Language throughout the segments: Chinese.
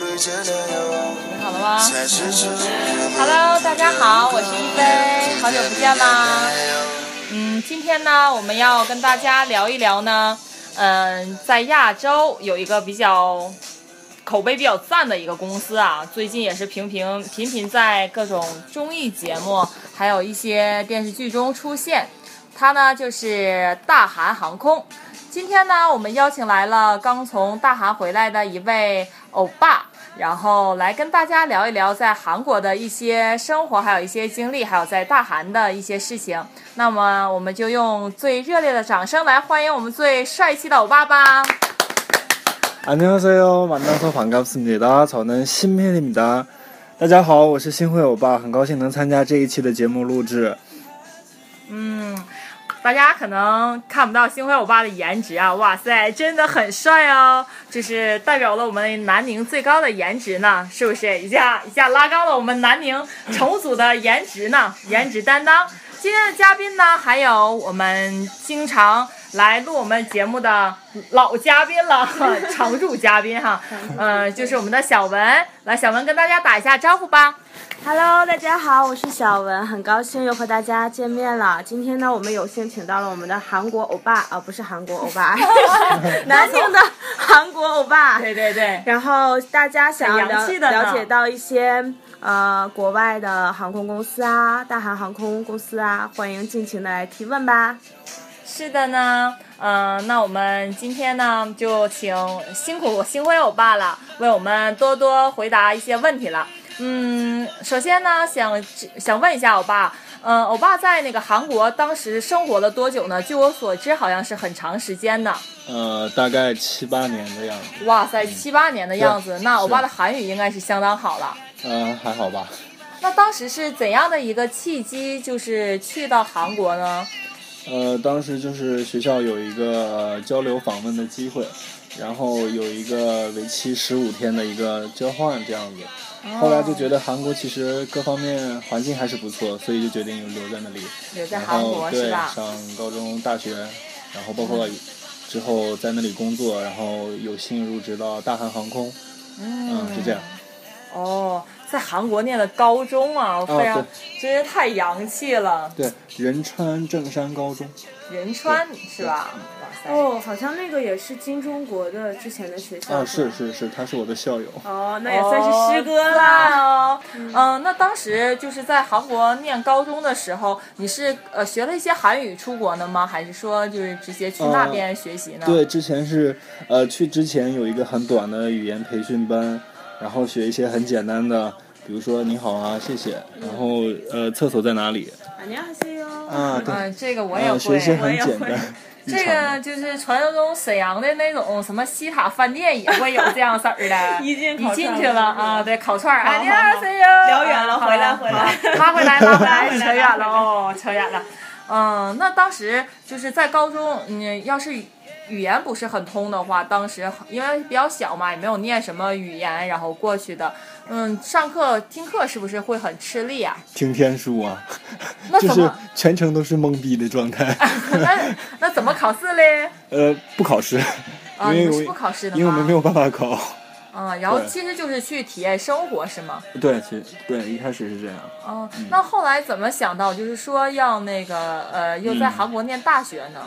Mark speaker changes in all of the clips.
Speaker 1: 准
Speaker 2: 备好了吗
Speaker 1: ？Hello，
Speaker 2: ？Hello，大家好，我是一菲，好久不见啦。嗯，今天呢，我们要跟大家聊一聊呢，嗯、在亚洲有一个比较口碑比较赞的一个公司啊，最近也是频频频频在各种综艺节目，还有一些电视剧中出现。它呢就是大韩航空。今天呢，我们邀请来了刚从大韩回来的一位欧巴，然后来跟大家聊一聊在韩国的一些生活，还有一些经历，还有在大韩的一些事情。那么，我们就用最热烈的掌声来欢迎我们最帅气的欧巴吧。
Speaker 3: 안녕하세요. 만나서 반갑습니다. 저는 신민입니다.大家好，我是新会欧巴，很高兴能参加这一期的节目录制。
Speaker 2: 大家可能看不到星辉欧巴的颜值啊，哇塞，真的很帅哦！这是代表了我们南宁最高的颜值呢，是不是？一下一下拉高了我们南宁重组的颜值呢，颜值担当。今天的嘉宾呢，还有我们经常来录我们节目的老嘉宾了， 常驻嘉宾 哈，呃，就是我们的小文。来，小文跟大家打一下招呼吧。
Speaker 4: Hello，大家好，我是小文，很高兴又和大家见面了。今天呢，我们有幸请到了我们的韩国欧巴啊、不是韩国欧 巴，南宁的韩国欧巴。
Speaker 2: 对对对，
Speaker 4: 然后大家想要
Speaker 2: 很洋
Speaker 4: 了
Speaker 2: 气的呢
Speaker 4: 了解到一些呃国外的航空公司啊，大韩航空公司啊，欢迎尽情的来提问吧。
Speaker 2: 是的呢，嗯、那我们今天呢就请辛苦星辉欧巴了，为我们多多回答一些问题了。嗯，首先呢，想想问一下欧巴，嗯、欧巴在那个韩国当时生活了多久呢？据我所知，好像是很长时间的，
Speaker 3: 呃，大概七八年的样子，
Speaker 2: 哇塞，七八年的样子。那欧巴
Speaker 3: 嗯是
Speaker 2: 的韩语应该是相当好了。
Speaker 3: 呃，还好吧。
Speaker 2: 那当时是怎样的一个契机，就是去到韩国呢？
Speaker 3: 呃，当时就是学校有一个、呃交流访问的机会，然后有一个为期十五天的一个交换这样子。后来就觉得韩国其实各方面环境还是不错，所以就决定留在那里。
Speaker 2: 留在
Speaker 3: 然
Speaker 2: 韩
Speaker 3: 后
Speaker 2: 国
Speaker 3: 哦对
Speaker 2: 是吧？嗯
Speaker 3: 上高中、大学，然后包括之后在那里工作，然后有幸入职到大韩航空，嗯，是这样。
Speaker 2: 哦，在韩国念的高中啊，我非常、
Speaker 3: 对
Speaker 2: 真是太洋气了。
Speaker 3: 对，仁川正山高中，
Speaker 2: 仁川是吧？哇塞！
Speaker 4: 哦，好像那个也是金钟国的之前的学校
Speaker 3: 啊，是是是，他是我的校友。
Speaker 4: 哦，啊那
Speaker 2: 也算是师哥啦。哦嗯、那当时就是在韩国念高中的时候，你是呃学了一些韩语出国的吗？还是说就是直接去那边学习呢？
Speaker 3: 对，之前是呃去之前有一个很短的语言培训班，然后学一些很简单的，比如说你好啊，谢谢，然后呃厕所在哪里
Speaker 4: 안녕하세요。
Speaker 3: 啊？对，
Speaker 2: 嗯嗯，这个我也
Speaker 3: 呃学一些
Speaker 2: 会。
Speaker 3: 很
Speaker 4: 也
Speaker 3: 简
Speaker 4: 会
Speaker 3: 单。日
Speaker 2: 这
Speaker 3: 常
Speaker 2: 个
Speaker 3: 的
Speaker 2: 就是传说中沈阳的那种什么西塔饭店也会有这样式儿的，一
Speaker 4: 进
Speaker 2: 一
Speaker 4: 烤
Speaker 2: 进
Speaker 4: 串
Speaker 2: 去
Speaker 4: 儿
Speaker 2: 了啊，对，烤串儿，哎
Speaker 4: 好
Speaker 2: 呀，
Speaker 4: 好
Speaker 2: 谁呀？
Speaker 4: 聊远了
Speaker 2: 啊
Speaker 4: 回来
Speaker 2: 好
Speaker 4: 回来
Speaker 2: 好拉回来， 拉回
Speaker 4: 回来
Speaker 2: 来，扯
Speaker 4: 拉
Speaker 2: 远
Speaker 4: 回
Speaker 2: 了
Speaker 4: 来
Speaker 2: 哦，扯远了。嗯，那当时就是在高中，你要是语言不是很通的话，当时因为比较小嘛，也没有念什么语言，然后过去的，嗯，上课听课是不是会很吃力啊？
Speaker 3: 听天书啊，
Speaker 2: 那
Speaker 3: 就
Speaker 2: 怎
Speaker 3: 是
Speaker 2: 么，
Speaker 3: 全程都是懵逼的 状态。
Speaker 2: 那那怎么考试嘞？
Speaker 3: 呃，不考试，
Speaker 2: 啊，你
Speaker 3: 因为
Speaker 2: 们
Speaker 3: 我
Speaker 2: 是不考试的吗？
Speaker 3: 因为我们没有办法考。
Speaker 2: 啊，然后
Speaker 3: 对
Speaker 2: 其实就是去体验生活，是吗？
Speaker 3: 对，其实对一开始是这样。
Speaker 2: 哦、那后来怎么想到就是说要那个呃，又
Speaker 3: 嗯
Speaker 2: 在韩国念大学呢？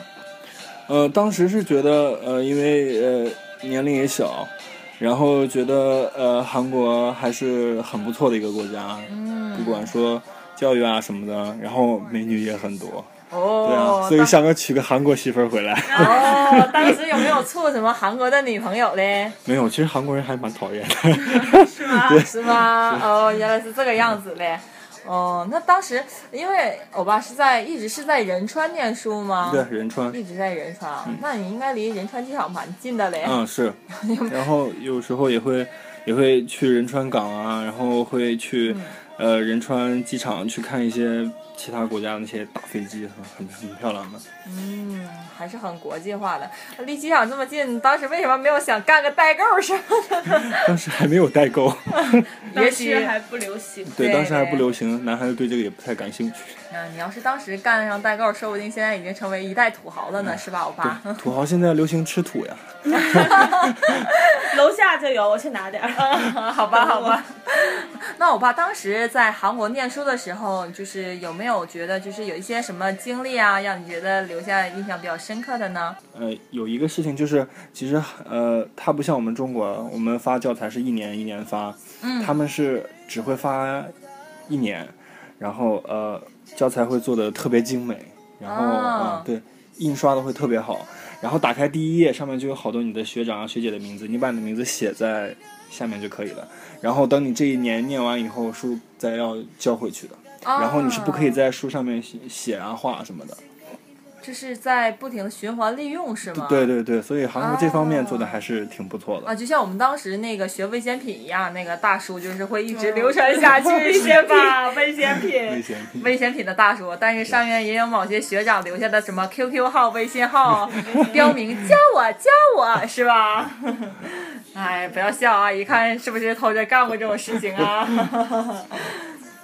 Speaker 3: 呃，当时是觉得呃，因为呃年龄也小，然后觉得呃韩国还是很不错的一个国家，
Speaker 2: 嗯
Speaker 3: 不管说教育啊什么的，然后美女也很多，对啊，
Speaker 2: 哦，
Speaker 3: 所以
Speaker 2: 当
Speaker 3: 想要娶个韩国媳妇儿回来。
Speaker 2: 哦，当时有没有处什么韩国的女朋友嘞？
Speaker 3: 没有，其实韩国人还蛮讨厌的。
Speaker 2: 是吗？哦，原来是这个样子嘞。哦，那当时因为欧巴是在一直是在仁川念书吗？
Speaker 3: 对，，仁川，
Speaker 2: 一直在仁川啊。那你应该离仁川机场蛮近的嘞。
Speaker 3: 嗯是，然后有时候也会也会嗯去仁川港啊，然后会去、呃仁川机场去看一些其他国家的那些大飞机很很很漂亮的。
Speaker 2: 嗯，还是很国际化的。离机场这么近，当时为什么没有想干个代购什么的呢？
Speaker 3: 当时还没有代购，
Speaker 2: 也
Speaker 5: 当
Speaker 2: 许嗯
Speaker 5: 时还不流行。
Speaker 3: 对，
Speaker 2: 对
Speaker 3: 当时还
Speaker 2: 对
Speaker 3: 不流行，男孩子对这个也不太感兴趣。
Speaker 2: 啊，你要是当时干上代购，说不定现在已经成为一代土豪了呢，是吧，欧巴？
Speaker 3: 嗯对，土豪现在流行吃土呀。
Speaker 5: 楼下就有，我去拿点儿。
Speaker 2: 好吧，好 吧。 那我爸当时在韩国念书的时候，就是有没有觉得就是有一些什么经历啊，让你觉得留下印象比较深刻的呢？
Speaker 3: 呃，有一个事情就是，其实呃，它不像我们中国，我们发教材是一年一年发，
Speaker 2: 嗯
Speaker 3: 他们是只会发一年，然后呃，教材会做的特别精美，然后
Speaker 2: 哦
Speaker 3: 啊、对，印刷的会特别好，然后打开第一页上面就有好多你的学长啊学姐的名字，你把你的名字写在下面就可以了，然后等你这一年念完以后，书再要交回去的，然后你是不可以
Speaker 2: 啊，
Speaker 3: 在书上面写写啊画什么的。
Speaker 2: 这是在不停的循环利用是吗？
Speaker 3: 对对对，所以韩国这方面做的
Speaker 2: 哦
Speaker 3: 还是挺不错的。
Speaker 2: 啊，就像我们当时那个学味仙品一样，那个大叔就是会一直流传下去，是 吧？
Speaker 5: 危
Speaker 3: 危
Speaker 5: 险 品。
Speaker 3: 险品。
Speaker 2: 危险品的大叔，但是上面也有某些学长留下的什么 QQ 号、微信 号，标明教我教我是吧？ 哎，不要笑啊！一看是不是偷着干过这种事情啊？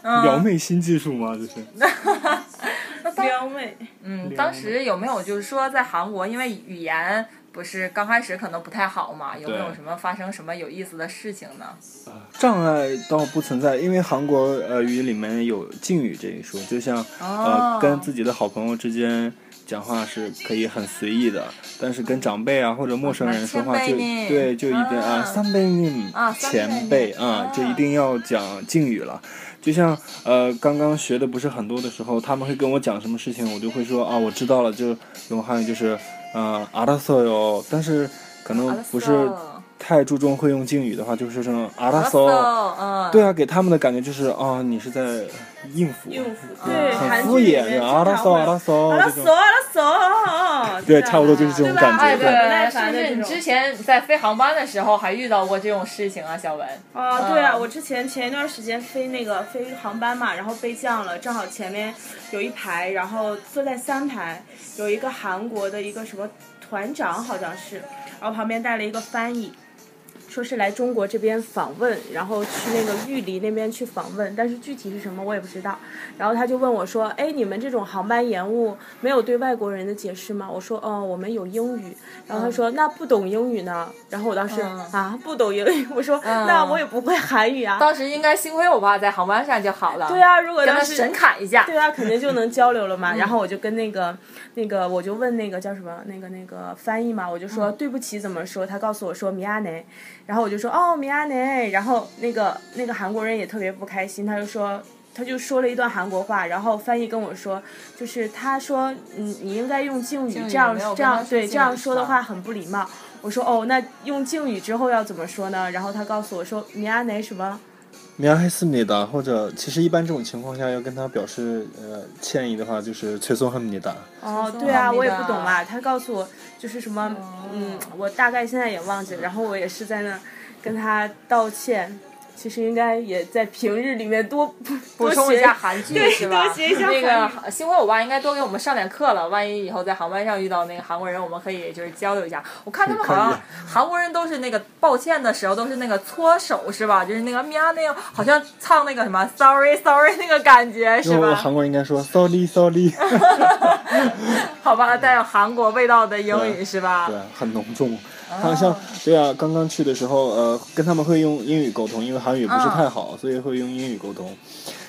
Speaker 3: 撩嗯妹新技术吗？这是。
Speaker 5: 撩妹，
Speaker 2: 嗯，当时有没有就是说在韩国，因为语言不是刚开始可能不太好嘛，有没有
Speaker 3: 对
Speaker 2: 什么发生什么有意思的事情呢？
Speaker 3: 障碍倒不存在，因为韩国呃语里面有敬语这一说，就像、
Speaker 2: 哦
Speaker 3: 呃跟自己的好朋友之间讲话是可以很随意的，但是跟长辈啊或者陌生人说话
Speaker 2: 前
Speaker 3: 就
Speaker 2: 辈呢
Speaker 3: 对就一定啊
Speaker 2: 啊
Speaker 3: 三辈呢
Speaker 2: 啊
Speaker 3: 前辈
Speaker 2: 三辈呢
Speaker 3: 啊
Speaker 2: 啊
Speaker 3: 就一定要讲敬语了。就像呃刚刚学的不是很多的时候，他们会跟我讲什么事情，我就会说啊我知道了，就用汉语就是呃阿拉索哟，但是可能不是。太注重会用敬语的话，就是这种阿拉索，
Speaker 2: 嗯，
Speaker 3: 对啊，给他们的感觉就是啊、你是在应付，
Speaker 5: 应付。对，
Speaker 2: 嗯
Speaker 5: 韩
Speaker 3: 很敷
Speaker 5: 剧里面
Speaker 3: 衍，就
Speaker 5: 经
Speaker 3: 阿
Speaker 5: 常
Speaker 3: 拉索阿拉
Speaker 5: 会。
Speaker 3: 索
Speaker 5: 阿拉
Speaker 3: 这
Speaker 5: 索，
Speaker 3: 种，
Speaker 5: 阿拉索。
Speaker 3: 对，
Speaker 5: 这样
Speaker 3: 差不多就是这种感
Speaker 2: 哎，
Speaker 3: 觉。
Speaker 2: 对，
Speaker 5: 不耐
Speaker 2: 是
Speaker 5: 烦
Speaker 2: 不
Speaker 5: 的
Speaker 2: 是
Speaker 5: 这
Speaker 2: 你
Speaker 5: 种
Speaker 2: 之前在飞航班的时候还遇到过这种事情啊，小文？
Speaker 5: 啊，对啊，
Speaker 2: 嗯
Speaker 5: 我之前前一段时间飞那个飞航班嘛，然后备降了，正好前面有一排，然后坐在三排，有一个韩国的一个什么团长好像是，然后旁边带了一个翻译，
Speaker 4: 说是来中国这边访问，然后去那个玉里那边去访问，但是具体是什么我也不知道。然后他就问我说：“哎，你们这种航班延误没有对外国人的解释吗？”我说：“哦，我们有英语。”然后他说：“啊那不懂英语呢？”然后我当时、
Speaker 2: 嗯
Speaker 4: 啊，不懂英语，我说：“
Speaker 2: 嗯
Speaker 4: 那我也不会韩语啊。
Speaker 2: 当时应该幸亏我爸在航班上就好了。”
Speaker 4: 对，啊，如果
Speaker 2: 跟
Speaker 4: 当
Speaker 2: 他
Speaker 4: 时
Speaker 2: 神侃一下。
Speaker 4: 对啊，肯定就能交流了嘛。然后我就跟那个那个，我就问那个叫什么那个那个翻译嘛，我就说、对不起怎么说，他告诉我说米亚内，然后我就说哦米亚内，然后那个那个韩国人也特别不开心，他就说。他就说了一段韩国话，然后翻译跟我说，就是他说你你应该用敬语
Speaker 2: 语
Speaker 4: 这样
Speaker 2: 没有
Speaker 4: 这
Speaker 2: 跟他
Speaker 4: 样
Speaker 2: 说
Speaker 4: 对
Speaker 2: 敬
Speaker 4: 这样
Speaker 2: 语
Speaker 4: 说的
Speaker 2: 是吧
Speaker 4: 话很不礼貌。我说哦，那用敬语之后要怎么说呢？然后他告诉我说米亚内什么
Speaker 3: 米亚黑斯米达，或者其实一般这种情况下要跟他表示呃歉意的话，就是崔松汉米达。
Speaker 4: 哦，
Speaker 2: 松哦
Speaker 4: 对啊，
Speaker 2: 绑那
Speaker 4: 我也
Speaker 2: 个
Speaker 4: 不懂嘛。他告诉我就是什么，嗯，我大概现在也忘记了。然后我也是在那儿跟他道歉。其实应该也在平日里面多
Speaker 2: 补
Speaker 4: 多
Speaker 2: 充一
Speaker 4: 学
Speaker 2: 下韩剧是吧？
Speaker 5: 多学一下
Speaker 2: 那
Speaker 5: 韩
Speaker 2: 个幸亏我爸应该多给我们上点课了，万一以后在航班上遇到那个韩国人，我们可以就是交流一下。我看他们好像
Speaker 3: 可
Speaker 2: 韩国人都是那个抱歉的时候都是那个搓手是吧？就是那个喵那个好像唱那个什么 sorry sorry 那个感觉是
Speaker 3: 因为
Speaker 2: 吧？
Speaker 3: 韩国人应该说 sorry sorry，
Speaker 2: 好吧，带有韩国味道的英语
Speaker 3: 对
Speaker 2: 是吧？
Speaker 3: 对，很浓重。
Speaker 2: 哦
Speaker 3: 他像对啊，刚刚去的时候，呃，跟他们会用英语沟通，因为韩语不是太好，
Speaker 2: 啊
Speaker 3: 所以会用英语沟通。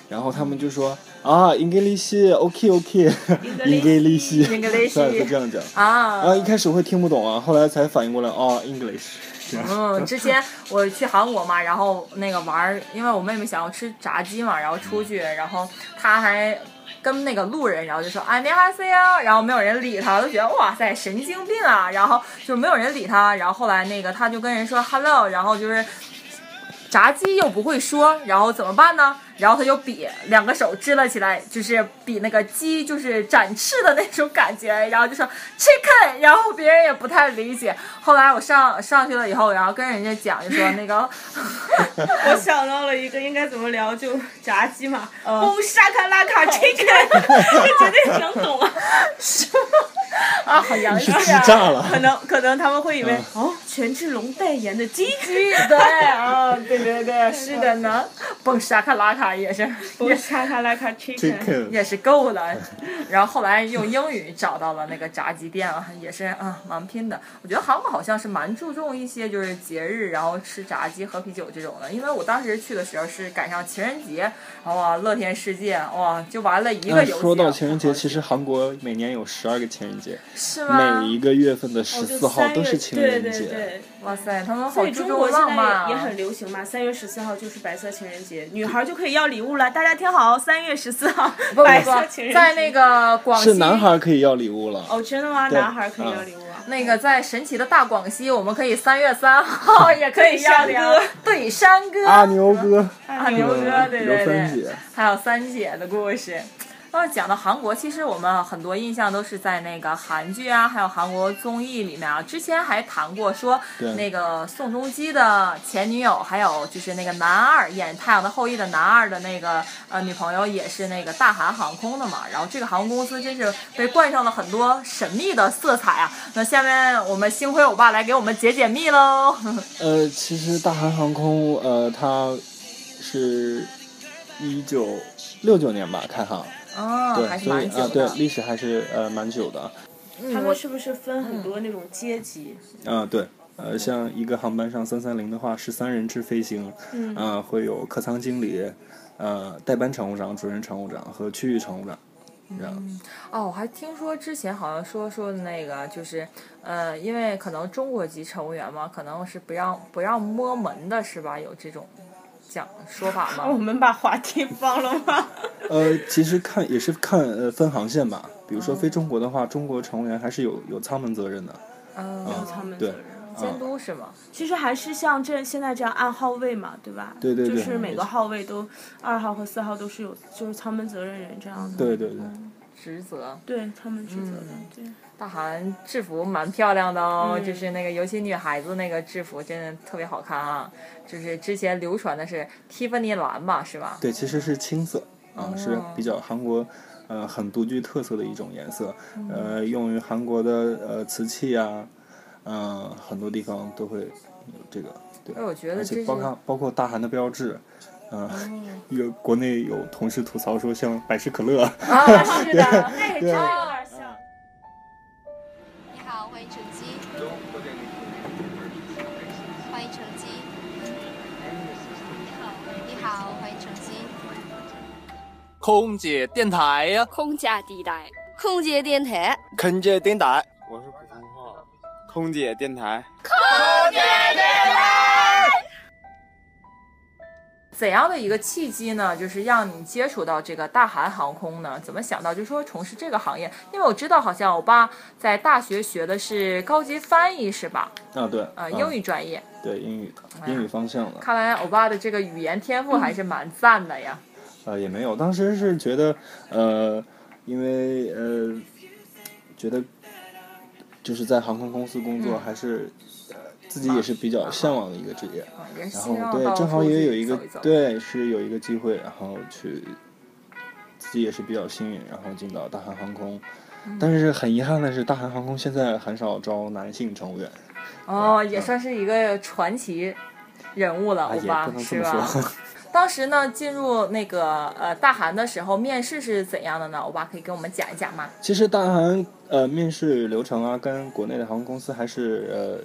Speaker 3: 然后他们就说
Speaker 2: 嗯
Speaker 3: 啊，English，OK OK，English，
Speaker 2: English
Speaker 3: 对，会这样讲。
Speaker 2: 啊，
Speaker 3: 然后一开始会听不懂啊，后来才反应过来，哦，English，这样。
Speaker 2: 嗯，之前我去韩国嘛，然后那个玩儿，因为我妹妹想要吃炸鸡嘛，然后出去，然后她还跟那个路人，然后就说啊你好 C 啊，然后没有人理她，我就觉得哇塞神经病啊，然后就没有人理她，然后后来那个她就跟人说 hello，然后就是。炸鸡又不会说，然后怎么办呢？然后他就比两个手支了起来，就是比那个鸡就是展翅的那种感觉，然后就说 chicken，然后别人也不太理解。后来我上上去了以后，然后跟人家讲，就说那个
Speaker 5: 我想到了一个应该怎么聊，就炸鸡嘛，
Speaker 2: 嗯
Speaker 5: 轰沙卡拉卡 chicken，绝 对能懂啊。
Speaker 2: 啊，好洋
Speaker 3: 你是
Speaker 2: 气
Speaker 3: 鸡
Speaker 2: 啊！
Speaker 3: 炸
Speaker 5: 可
Speaker 3: 了，嗯
Speaker 5: 能可能他们会以为、哦，权志龙代言的鸡，
Speaker 2: 鸡 对啊，对对对，是的呢，蹦沙卡拉卡也是
Speaker 5: 轰沙卡拉卡 chicken，
Speaker 3: chicken，
Speaker 2: 也是够了。然后后来用英语找到了那个炸鸡店啊，也是啊蛮拼的。我觉得韩国好像是蛮注重一些就是节日，然后吃炸鸡、喝啤酒这种的。因为我当时去的时候是赶上情人节，然后啊乐天世界哇就玩了一个
Speaker 3: 那
Speaker 2: 游戏啊。
Speaker 3: 嗯说到情人节，其实韩国每年有十二个情人节，
Speaker 2: 是吗
Speaker 3: 每？一个月份的
Speaker 5: 哦
Speaker 3: 十
Speaker 5: 就
Speaker 3: 四号
Speaker 5: 三
Speaker 3: 都
Speaker 5: 月
Speaker 3: 是情人
Speaker 5: 对对
Speaker 3: 节。
Speaker 5: 对，
Speaker 2: 哇塞，他们好
Speaker 5: 对
Speaker 2: 注
Speaker 5: 中
Speaker 2: 重
Speaker 5: 国现
Speaker 2: 浪
Speaker 5: 在
Speaker 2: 漫啊！
Speaker 5: 也很流行嘛，三月十四号就是白色情人节，女孩就可以要礼物了。大家听好，三月十四号
Speaker 2: 不不
Speaker 5: 白色情
Speaker 2: 不，
Speaker 5: 人节。
Speaker 2: 在那个广西
Speaker 3: 是男孩可以要礼物了，
Speaker 5: 哦，真的吗？
Speaker 3: 对嗯
Speaker 5: 男孩可以要礼物啊？
Speaker 2: 那个在神奇的大广西，我们可以三月三号 也可以要聊
Speaker 5: 山歌
Speaker 2: 对山歌
Speaker 3: 阿牛哥，
Speaker 2: 啊牛哥，对对
Speaker 3: 刘三
Speaker 2: 对，
Speaker 3: 姐，
Speaker 2: 还有三姐的故事。那讲到韩国，其实我们很多印象都是在那个韩剧啊，还有韩国综艺里面啊。之前还谈过说
Speaker 3: 对
Speaker 2: 那个宋仲基的前女友，还有就是那个男二演《太阳的后裔》的男二的那个呃女朋友，也是那个大韩航空的嘛。然后这个航空公司真是被冠上了很多神秘的色彩啊。那下面我们星辉欧巴来给我们解解密喽。
Speaker 3: 呃，其实大韩航空，呃，它是一九六九年吧开航，
Speaker 2: 哦，还
Speaker 3: 对，
Speaker 2: 是
Speaker 3: 所
Speaker 2: 蛮
Speaker 3: 以啊、
Speaker 2: 久的。
Speaker 3: 对，历史还是呃蛮久的，
Speaker 2: 嗯
Speaker 5: 他们是不是分很多那种阶级？
Speaker 3: 啊、对，呃，像一个航班上三三零的话，是三人制飞行，嗯，啊、会有客舱经理，呃，代班常务长、主任常务长和区域常务长，这样。
Speaker 2: 哦，我还听说之前好像说说那个就是，呃，因为可能中国籍乘务员嘛，可能是不让不让摸门的，是吧？有这种讲说法
Speaker 5: 我
Speaker 2: 吗？
Speaker 5: 们把话题放了 吗？
Speaker 3: 呃，其实看也是看呃分航线吧，比如说
Speaker 2: 哦
Speaker 3: 飞中国的话，中国乘务员还是有有舱门责任的，
Speaker 2: 嗯、
Speaker 5: 他们
Speaker 3: 对啊
Speaker 5: 责任。
Speaker 2: 监督是吗？
Speaker 5: 其实还是像这现在这样按号位嘛，对吧？
Speaker 3: 对对对
Speaker 5: 就是每个号位都二号和四号都是有，就是舱门责任人这样的。
Speaker 3: 对对对。
Speaker 2: 嗯职责。
Speaker 5: 对他们是责任，
Speaker 2: 嗯
Speaker 5: 对。
Speaker 2: 大韩制服蛮漂亮的哦，就是那个尤其女孩子那个制服真的特别好看啊。就是之前流传的是蒂芙尼蓝吧，是吧？
Speaker 3: 对，其实是青色啊，是
Speaker 2: 哦
Speaker 3: 比较韩国呃很独具特色的一种颜色，
Speaker 2: 嗯
Speaker 3: 呃，用于韩国的呃瓷器啊，嗯、很多地方都会有这个。对，
Speaker 2: 哎我觉得
Speaker 3: 而
Speaker 2: 这是哦
Speaker 3: 且包括包括大韩的标志。啊、 有国内有同事吐槽说像百事可乐，
Speaker 2: 啊，是 的，那个真的有
Speaker 3: 嗯
Speaker 2: 点像。
Speaker 6: 你好，欢迎乘机。欢迎乘机。你好，你好，欢迎乘机。
Speaker 7: 空姐电台呀、
Speaker 8: 空姐地带，空姐电台。
Speaker 9: 空姐电台，我是普通话，空姐电台。
Speaker 2: 怎样的一个契机呢？就是让你接触到这个大韩航空呢？怎么想到就说从事这个行业？因为我知道好像我爸在大学学的是高级翻译是吧？
Speaker 3: 啊，对，
Speaker 2: 啊、
Speaker 3: 啊
Speaker 2: 英语啊专业。
Speaker 3: 对英语英语方向的，
Speaker 2: 看来欧巴的这个语言天赋还是蛮赞的呀。
Speaker 3: 呃，也没有，当时是觉得，呃，因为呃，觉得就是在航空公司工
Speaker 2: 嗯
Speaker 3: 作，还是呃自己也是比较向往的一个职业。
Speaker 2: 啊也是
Speaker 3: 嗯然
Speaker 2: 希
Speaker 3: 后
Speaker 2: 望到
Speaker 3: 对，正好
Speaker 2: 处
Speaker 3: 也
Speaker 2: 去
Speaker 3: 有一个
Speaker 2: 走走
Speaker 3: 对是有一个机会，然后去自己也是比较幸运，然后进到大韩航空。
Speaker 2: 嗯
Speaker 3: 但是很遗憾的是，大韩航空现在很少招男性乘务员，
Speaker 2: 哦，也算是一个传奇人物了，
Speaker 3: 啊，
Speaker 2: 欧
Speaker 3: 也
Speaker 2: 巴
Speaker 3: 不能这
Speaker 2: 是
Speaker 3: 么
Speaker 2: 吧？
Speaker 3: 说。
Speaker 2: 当时呢，进入那个呃大韩的时候，面试是怎样的呢？欧巴可以给我们讲一讲吗？
Speaker 3: 其实大韩呃面试流程啊，跟国内的航空公司还是呃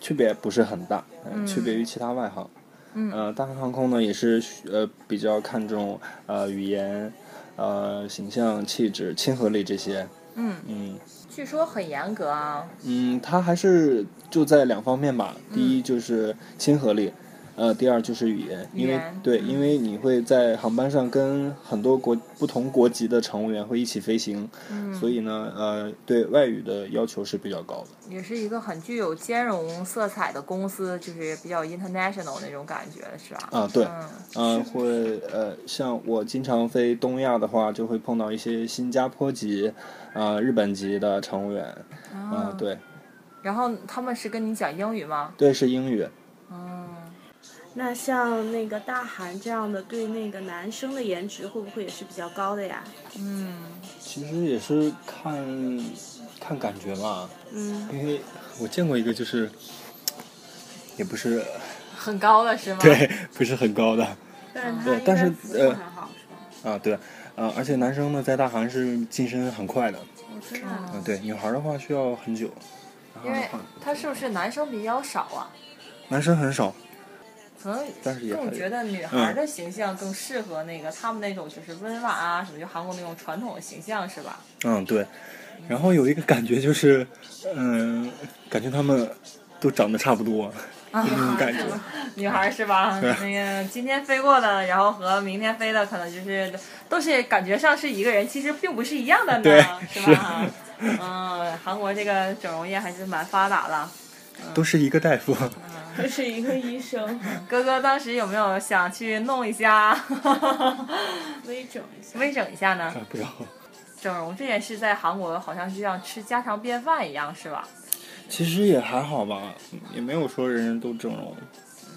Speaker 3: 区别不是很大，呃区别于其他外航。嗯、呃，大韩航空呢也是呃比较看重呃语言、呃形象、气质、亲和力这些。
Speaker 2: 嗯
Speaker 3: 嗯
Speaker 2: 据说很严格啊。嗯
Speaker 3: 嗯，它还是就在两方面吧。第一就是亲和力，呃，第二就是语言，因
Speaker 2: 语
Speaker 3: 为
Speaker 2: 言嗯
Speaker 3: 对，因为你会在航班上跟很多国不同国籍的乘务员会一起飞行，
Speaker 2: 嗯
Speaker 3: 所以呢，呃，对外语的要求是比较高的。
Speaker 2: 也是一个很具有兼容色彩的公司，就是比较 international 那种感觉，是吧？
Speaker 3: 啊，对，
Speaker 2: 嗯
Speaker 3: 嗯，会呃，像我经常飞东亚的话，就会碰到一些新加坡籍、啊、日本籍的乘务员，
Speaker 2: 哦
Speaker 3: 啊、对，
Speaker 2: 然后他们是跟你讲英语吗？
Speaker 3: 对，是英语，
Speaker 2: 嗯，
Speaker 4: 那像那个大韩这样的，对那个男生的颜值会不会也是比较高的呀？
Speaker 2: 嗯
Speaker 3: 其实也是看看感觉吧，嗯，因为我见过一个就是，也不是
Speaker 2: 很高的是吗？，
Speaker 3: 对，不是很高的，
Speaker 4: 但是
Speaker 3: 嗯对但是呃
Speaker 4: 很好，是吧？
Speaker 3: 啊，对，啊，而且男生呢在大韩是晋升很快的， 啊，对，女孩儿的话需要很久，
Speaker 2: 因为他是不是男生比较少啊？
Speaker 3: 男生很少，
Speaker 2: 可能
Speaker 3: 但是也
Speaker 2: 更
Speaker 3: 还嗯
Speaker 2: 觉得女孩的形象更适合那个、他们那种就是温婉啊什么，就韩国那种传统的形象是吧？
Speaker 3: 嗯，对。然后有一个感觉就是，嗯、感觉他们都长得差不多，
Speaker 2: 啊
Speaker 3: 就那种感觉。
Speaker 2: 女孩是 吧？那个今天飞过的，然后和明天飞的可能就是都是感觉上是一个人，其实并不是一样的
Speaker 3: 对
Speaker 2: 呢，是吧？嗯，韩国这个整容业还是蛮发达的。
Speaker 3: 都是一个大夫，
Speaker 2: 嗯
Speaker 5: 这是一个医生，
Speaker 2: 哥哥当时有没有想去弄一下，
Speaker 5: 微整一下。
Speaker 2: 微整一下呢？
Speaker 3: 啊不知道。
Speaker 2: 整容这件事在韩国好像就像吃家常便饭一样，是吧？
Speaker 3: 其实也还好吧，也没有说人人都整容。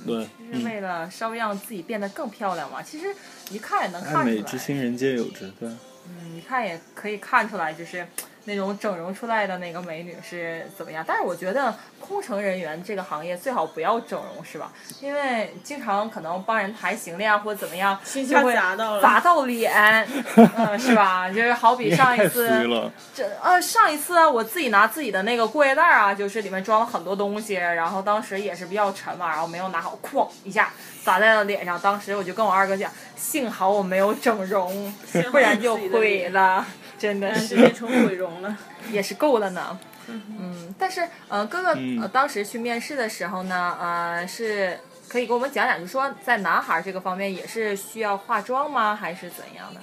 Speaker 3: 对，
Speaker 2: 就是
Speaker 3: 嗯，
Speaker 2: 为了稍微让自己变得更漂亮嘛。其实一看也能
Speaker 3: 爱
Speaker 2: 看
Speaker 3: 美
Speaker 2: 出
Speaker 3: 之
Speaker 2: 来，
Speaker 3: 心，人皆有之。对，
Speaker 2: 嗯，一看也可以看出来，就是那种整容出来的那个美女是怎么样。但是我觉得空乘人员这个行业最好不要整容，是吧？因为经常可能帮人抬行李啊，或者怎么样，
Speaker 5: 心
Speaker 2: 就
Speaker 5: 下
Speaker 2: 会
Speaker 5: 砸到了，
Speaker 2: 砸到脸， 嗯，是吧？就是好比上一
Speaker 3: 太
Speaker 2: 次，
Speaker 3: 衰了。
Speaker 2: 这呃，上一次啊我自己拿自己的那个过夜袋儿啊，就是里面装了很多东西，然后当时也是比较沉嘛，然后没有拿好，哐一下砸在了脸上。当时我就跟我二哥讲，幸好我没有整容，不然就毁了，真的
Speaker 5: 直接
Speaker 2: 是
Speaker 5: 成毁容 了。
Speaker 2: 也是够了呢。嗯，但是呃，哥哥、
Speaker 3: 嗯
Speaker 2: 呃、当时去面试的时候呢，呃，是可以给我们讲讲，就说在男孩儿这个方面也是需要化妆吗，还是怎样的？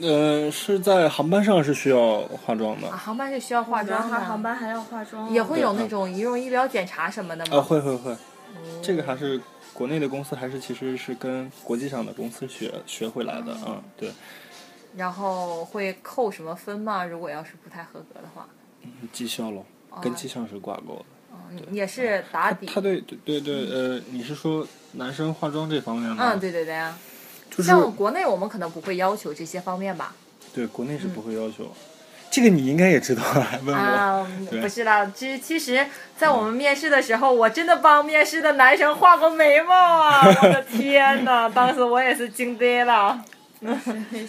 Speaker 3: 嗯、是在航班上是需要化妆的
Speaker 2: 啊，。航班是需要化妆
Speaker 4: 男
Speaker 2: 的，
Speaker 4: 孩航班还要化妆哦，
Speaker 2: 也会有
Speaker 3: 对
Speaker 2: 那种仪容医疗检查什么的吗？
Speaker 3: 啊，会会
Speaker 2: 哦
Speaker 3: 会，这个还是国内的公司，还是其实是跟国际上的公司学学回来的啊、嗯。对，
Speaker 2: 然后会扣什么分吗？如果要是不太合格的话，
Speaker 3: 绩效咯，
Speaker 2: 哦
Speaker 3: 跟绩效是挂钩的。
Speaker 2: 嗯也是打底。
Speaker 3: 他对对对对，呃，你是说男生化妆这方面吗？
Speaker 2: 嗯嗯，，对对对啊，
Speaker 3: 就是
Speaker 2: 像国内我们可能不会要求这些方面吧？
Speaker 3: 对国内是不会要求，这个你应该也知道，还问
Speaker 2: 嗯
Speaker 3: 我。
Speaker 2: 啊，
Speaker 3: 对
Speaker 2: 不是啦，其实其实，在我们面试的时候，我真的帮面试的男生画过眉毛啊！我的天呐，当时我也是惊呆了。
Speaker 5: 啊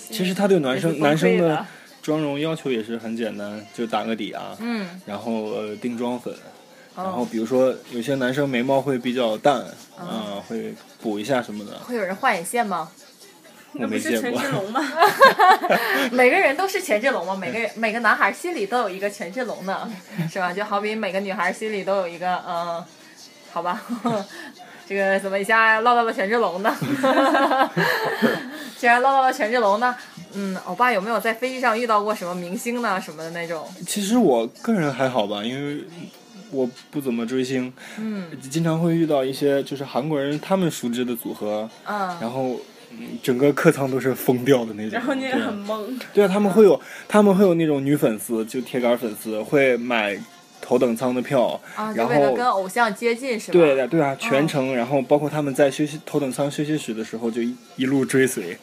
Speaker 3: 其实他对男
Speaker 2: 也
Speaker 3: 生
Speaker 2: 是崩溃
Speaker 3: 男生
Speaker 2: 的
Speaker 3: 的妆容要求也是很简单，就打个底啊，
Speaker 2: 嗯，哦
Speaker 3: 然后呃定妆粉。然后比如说有些男生眉毛会比较淡，啊、会补一下什么的，
Speaker 2: 会有人画眼线吗？
Speaker 3: 我没见过。
Speaker 5: 龙吗？
Speaker 2: 每个人都是权志龙嘛，每个人每个男孩心里都有一个权志龙呢，是吧？就好比每个女孩心里都有一个，嗯，好吧， 这个怎么一下唠到了权志龙呢？ 既然唠到了权志龙呢，嗯，欧巴有没有在飞机上遇到过什么明星呢？什么的那种？
Speaker 3: 其实我个人还好吧，因为我不怎么追星，嗯，经常会遇到一些就是韩国人他们熟知的组合，
Speaker 2: 嗯，
Speaker 3: 然后嗯整个客舱都是疯掉的那种。
Speaker 5: 然后你也
Speaker 3: 对啊
Speaker 5: 很懵，
Speaker 3: 对啊，他们会有他们会有那种女粉丝，就铁杆粉丝会买头等舱的票，
Speaker 2: 啊，就
Speaker 3: 然
Speaker 2: 为了
Speaker 3: 后
Speaker 2: 跟偶像接近是吧？
Speaker 3: 对的对
Speaker 2: 嗯
Speaker 3: 啊，全程，然后包括他们在休息头等舱休息室的时候就一一路追随，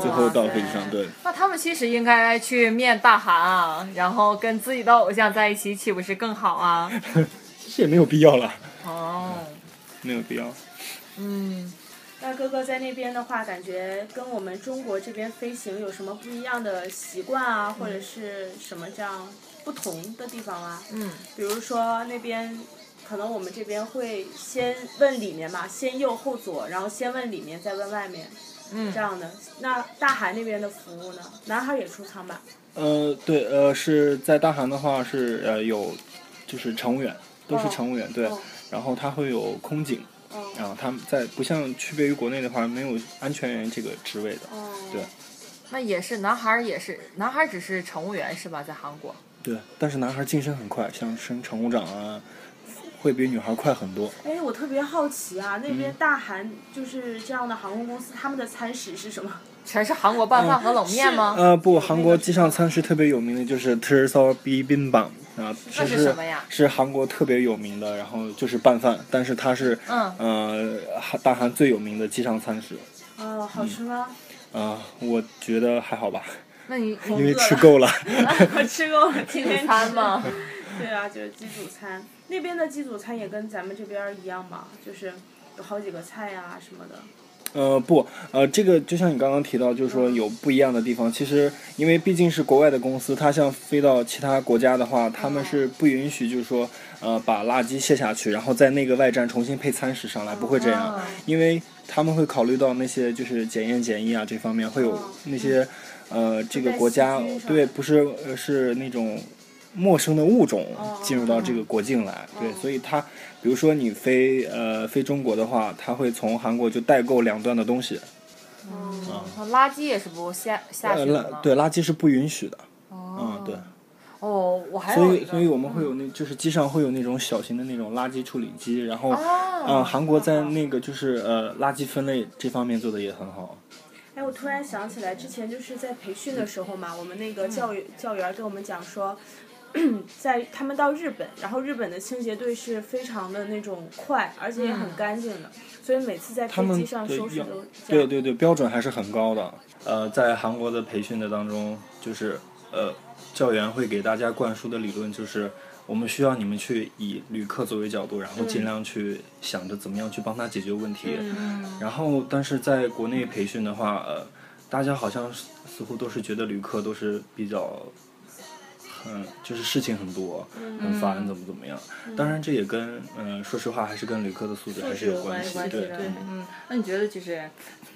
Speaker 3: 最后到飞机上。对，
Speaker 2: 那他们其实应该去面大韩啊，然后跟自己的偶像在一起，岂不是更好啊？
Speaker 3: 其实也没有必要了，
Speaker 2: 哦。
Speaker 3: 没有必要。
Speaker 2: 嗯，
Speaker 5: 那哥哥在那边的话，感觉跟我们中国这边飞行有什么不一样的习惯啊，或者是什么这样不同的地方啊？
Speaker 2: 嗯，
Speaker 5: 比如说那边。可能我们这边会先问里面嘛，先右后左，然后先问里面，再问外面，
Speaker 2: 嗯
Speaker 5: 这样的。那大韩那边的服务呢？男孩也出舱吧？
Speaker 3: 呃，对，呃，是在大韩的话是呃有，就是乘务员，都是
Speaker 5: 哦
Speaker 3: 乘务员，对，
Speaker 5: 哦
Speaker 3: 然后他会有空警，
Speaker 2: 哦
Speaker 5: 嗯
Speaker 3: 啊，他们在不像区别于国内的话，没有安全员这个职位的。
Speaker 5: 嗯，
Speaker 3: 对
Speaker 2: 那也是，男孩儿也是，男孩儿只是乘务员是吧？在韩国，
Speaker 3: 对，但是男孩晋升很快，像升乘务长啊，会比女孩快很多。
Speaker 2: 哦
Speaker 5: 哎，我特别好奇啊，那边大韩就是这样的航空公司，他们的餐食是什么？
Speaker 2: 全是韩国拌饭和冷面吗？
Speaker 3: 呃，不，韩国机上餐食特别有名的就是 t e r s o b i b i m b a m 啊，
Speaker 2: 那
Speaker 3: 这
Speaker 2: 是什么呀
Speaker 3: 是韩国特别有名的，然后就是拌饭，但是它是
Speaker 2: 嗯
Speaker 3: 呃韩大韩最有名的机上餐食。
Speaker 5: 哦，好吃吗？
Speaker 3: 啊、我觉得还好吧，
Speaker 2: 那你
Speaker 3: 因为吃 够了。
Speaker 5: 我嗯吃过，我今
Speaker 2: 午
Speaker 5: 天
Speaker 2: 餐
Speaker 5: 吃
Speaker 2: 吗？
Speaker 5: 对啊，就是机组餐，那边的机组餐也跟咱们这边儿一样吧，就是有好几个菜呀、什么的。
Speaker 3: 呃，不，呃，这个就像你刚刚提到，就是说有不一样的地方。其实，因为毕竟是国外的公司，它像飞到其他国家的话，他们是不允许，就是说，呃，把垃圾卸下去，然后在那个外站重新配餐食上来，不会这样，因为他们会考虑到那些就是检验检疫啊这方面会有那些，呃，这个国家
Speaker 5: 带细菌是吧
Speaker 3: 对不是呃是那种陌生的物种
Speaker 2: 哦
Speaker 3: 进入到这个国境来，对，所以它，比如说你飞呃飞中国的话，它会从韩国就代购两段的东西，
Speaker 5: 嗯，
Speaker 2: 垃圾也是不下下
Speaker 3: 呃
Speaker 2: 去的
Speaker 3: 垃
Speaker 2: 吗？
Speaker 3: 对垃圾是不允许的，
Speaker 2: 哦
Speaker 3: 嗯对，
Speaker 2: 哦，我还有
Speaker 3: 所
Speaker 2: 一
Speaker 3: 以
Speaker 2: 个
Speaker 3: 所以我们会有那就是机上会有那种小型的那种垃圾处理机，然后
Speaker 2: 哦
Speaker 3: 嗯韩国在那个就是呃垃圾分类这方面做的也很好，
Speaker 5: 哎，我突然想起来，之前就是在培训的时候嘛，我们那个教育教员跟我们讲说，在他们到日本，然后日本的清洁队是非常的那种快，而且也很干净的，所以每次在
Speaker 3: 他
Speaker 5: 飞
Speaker 3: 们
Speaker 5: 机上收拾
Speaker 3: 要
Speaker 5: 都这
Speaker 3: 对
Speaker 5: 样。
Speaker 3: 对对，标准还是很高的。呃，在韩国的培训的当中，就是呃，教员会给大家灌输的理论就是，我们需要你们去以旅客作为角度，然后尽量去想着怎么样去帮他解决问题。然后，但是在国内培训的话，呃，大家好像似似乎都是觉得旅客都是比较。很就是事情很多，很烦，怎么怎么样？当然，这也跟嗯、呃说实话，还是跟旅客的素质还是有关系，
Speaker 5: 关系
Speaker 3: 对
Speaker 5: 的，
Speaker 3: 嗯
Speaker 2: 嗯，那你觉得就是，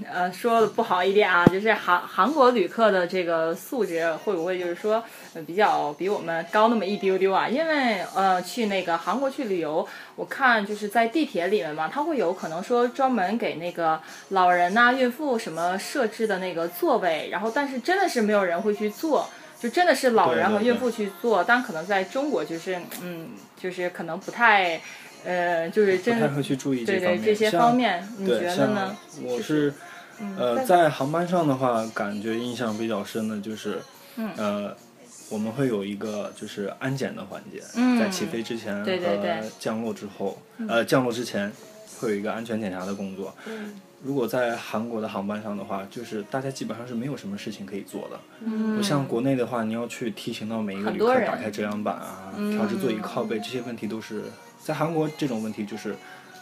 Speaker 2: 呃，说的不好一点啊，就是韩韩国旅客的这个素质会不会就是说呃比较比我们高那么一丢丢啊？因为呃，去那个韩国去旅游，我看就是在地铁里面嘛，它会有可能说专门给那个老人呐、孕妇什么设置的那个座位，然后但是真的是没有人会去坐。就真的是老人和
Speaker 3: 对对对
Speaker 2: 孕妇去坐，但可能在中国就是，嗯，就是可能不太，呃，就是
Speaker 3: 不
Speaker 2: 真
Speaker 3: 太会去注意
Speaker 2: 对
Speaker 3: 方
Speaker 2: 对，
Speaker 3: 面。
Speaker 2: 这些
Speaker 3: 像
Speaker 2: 方面，你觉
Speaker 3: 对，
Speaker 2: 得
Speaker 3: 像
Speaker 2: 呢？嗯
Speaker 3: 我是，呃，在航班上的话，感觉印象比较深的就是，
Speaker 2: 嗯
Speaker 3: 呃，我们会有一个就是安检的环节，在起飞之前
Speaker 2: 嗯对对对嗯
Speaker 3: 和降落之后，呃，降落之前会有一个安全检查的工作。
Speaker 2: 嗯
Speaker 3: 如果在韩国的航班上的话，就是大家基本上是没有什么事情可以做的，不像国内的话，你要去提醒到每一
Speaker 2: 嗯
Speaker 3: 个
Speaker 2: 很
Speaker 3: 旅
Speaker 2: 多
Speaker 3: 客
Speaker 2: 人嗯
Speaker 3: 打开遮阳板啊，调制座椅靠背这些问题都是在韩国这种问题就是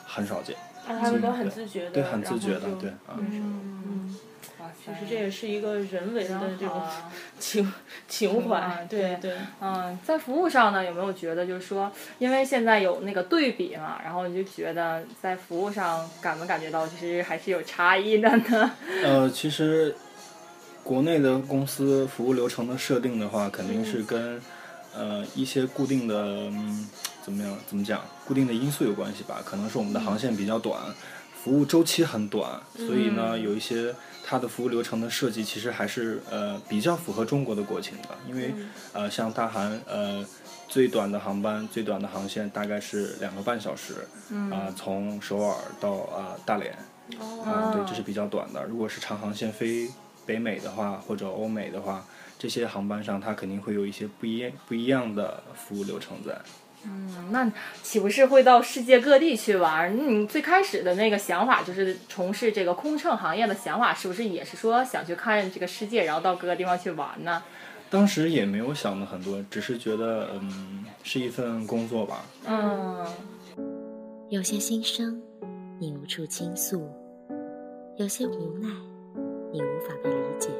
Speaker 3: 很少见。
Speaker 5: 他们都很自觉的，
Speaker 3: 对，很自觉的，对啊。
Speaker 2: 嗯其
Speaker 5: 其实这也是一个人为的这种
Speaker 2: 啊
Speaker 5: 情情怀，对
Speaker 2: 对
Speaker 5: 对，
Speaker 2: 嗯，在服务上呢，有没有觉得就是说，因为现在有那个对比嘛，然后你就觉得在服务上感没感觉到，其实还是有差异的呢？
Speaker 3: 呃，其实国内的公司服务流程的设定的话，肯定是跟、呃一些固定的、嗯、怎么样怎么讲固定的因素有关系吧。可能是我们的航线比较短，服务周期很短，所以呢，有一些它的服务流程的设计其实还是呃比较符合中国的国情的，因为、呃像大韩呃。最短的航班，最短的航线大概是两个半小时，啊、从首尔到啊、大连，
Speaker 6: 哦
Speaker 3: 啊、对，这
Speaker 2: 哦
Speaker 3: 是比较短的。如果是长航线飞北美的话，或者欧美的话，这些航班上它肯定会有一些不一不一样的服务流程在。
Speaker 2: 嗯那岂不是会到世界各地去玩儿？你最开始的那个想法，就是从事这个空乘行业的想法，是不是也是说想去看这个世界，然后到各个地方去玩呢？
Speaker 3: 当时也没有想的很多，只是觉得嗯是一份工作吧。
Speaker 2: 嗯，
Speaker 10: 有些心声，你无处倾诉；有些无奈，你无法被理解。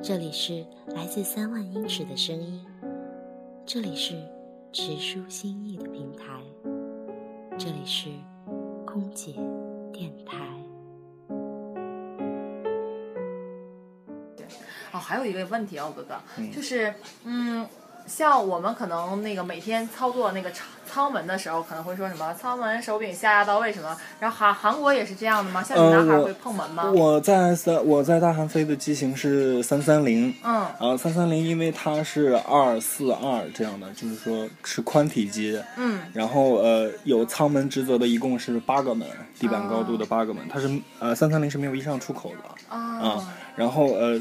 Speaker 10: 这里是来自三万英尺的声音，这里是直抒心意的平台，这里是空姐电台。
Speaker 2: 哦，还有一个问题嗯啊，我哥哥，就是嗯，像我们可能那个每天操作那个操舱门的时候，可能会说什么舱门手柄下压到位什么。然后韩韩国也是这样的吗？像你
Speaker 3: 呃
Speaker 2: 男孩
Speaker 3: 我
Speaker 2: 会碰门吗？
Speaker 3: 我在三我在大韩飞的机型是三三零，
Speaker 2: 嗯
Speaker 3: 然后三三零因为它是二四二这样的，就是说是宽体机，
Speaker 2: 嗯
Speaker 3: 然后呃有舱门职责的一共是八个门，地板高
Speaker 2: 哦
Speaker 3: 度的八个门，它是呃三三零是没有一上出口的
Speaker 2: 啊
Speaker 3: 啊，然后呃